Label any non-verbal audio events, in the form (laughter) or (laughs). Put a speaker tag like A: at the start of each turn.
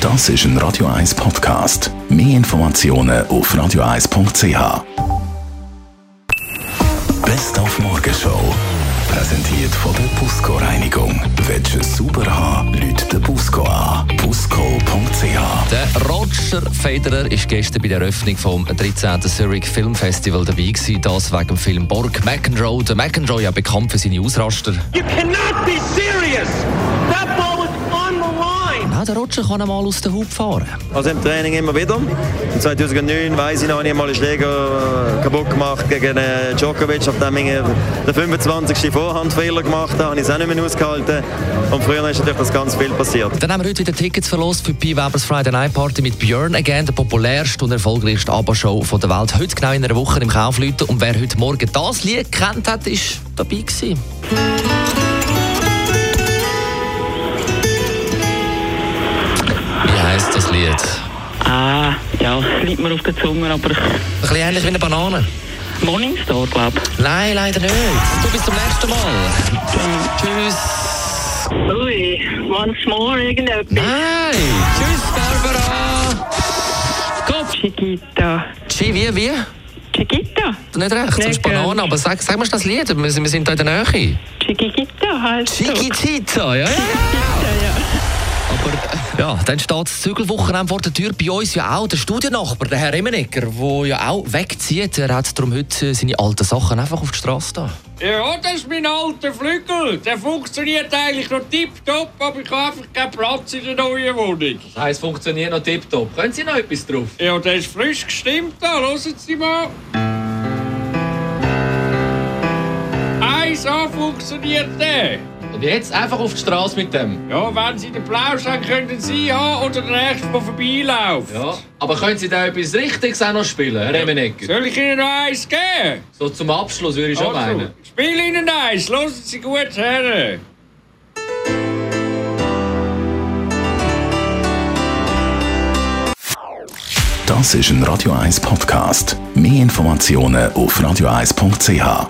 A: Das ist ein Radio 1 Podcast. Mehr Informationen auf radio1.ch. Best auf Morgenshow. Präsentiert von der Busco Reinigung. Willst du es super haben, Leute den Busco an. Busco.ch.
B: Der Roger Federer ist gestern bei der Eröffnung vom 13. Zurich Film Festival dabei gewesen, das wegen dem Film Borg McEnroe. Der McEnroe ja bekannt für seine Ausraster.
C: You cannot be serious! That ball was on the line!
B: Ja, der Roger kann einmal aus der Hub fahren.
D: Also im Training immer wieder. Und 2009 weiß ich noch, ich habe mal einen Schläger äh, kaputt gemacht gegen äh, Djokovic, nachdem ich äh, den 25. Vorhandfehler gemacht habe, habe ich es auch nicht mehr ausgehalten. Und früher ist natürlich das ganz viel passiert.
B: Dann haben wir heute wieder Tickets verlost für Pi Webers Friday Night Party mit Björn Again, der populärste und erfolgreichste ABBA-Show von der Welt. Heute genau in einer Woche im Kaufleuten. Und wer heute Morgen das Lied kennt hat, ist dabei gewesen. Wie heisst das Lied? Ein
E: Ah, ja, es liegt mir auf der Zunge, aber ich-
B: bisschen ähnlich wie eine Banane.
E: Morningstar, glaube ich.
B: Nein, leider nicht. Du bist zum letzten Mal. Tschüss.
E: Ui, once more irgendetwas.
B: Nein! Tschüss, Barbara! Komm!
E: Chiquita.
B: Chi, wie, wie?
E: Chiquita?
B: Nicht recht, sonst
E: Nicht
B: Banane,
E: gern.
B: aber sag, sag mir das Lied, wir sind, wir sind da in der Nähe.
E: Chiquita heißt
B: Chiquitita, ja, ja. (laughs) Aber, äh, ja, dann steht das Zügelwochenende vor der Tür bei uns ja auch der Studiennachbar, der Herr Emenegger, der ja auch wegzieht. Er hat darum heute äh, seine alten Sachen einfach auf die Straße da.
F: Ja, das ist mein alter Flügel. Der funktioniert eigentlich noch tipptopp, aber ich habe einfach keinen Platz in der neuen Wohnung.
B: Das heisst, funktioniert noch tiptop. Können Sie noch etwas drauf?
F: Ja, der ist frisch gestimmt da. Hören Sie mal. Eins an funktioniert der.
B: Und jetzt einfach auf die Straße mit dem.
F: Ja, wenn Sie den Plausch haben, können Sie haben oder den Rest, der vorbeiläuft.
B: Aber können Sie da etwas Richtiges auch noch spielen, Herr Emenegger?
F: Soll ich Ihnen noch eins geben?
B: So zum Abschluss würde ich
F: Also, ich spiele Ihnen eins. Hören Sie gut her.
A: Das ist ein Radio 1 Podcast. Mehr Informationen auf radio1.ch.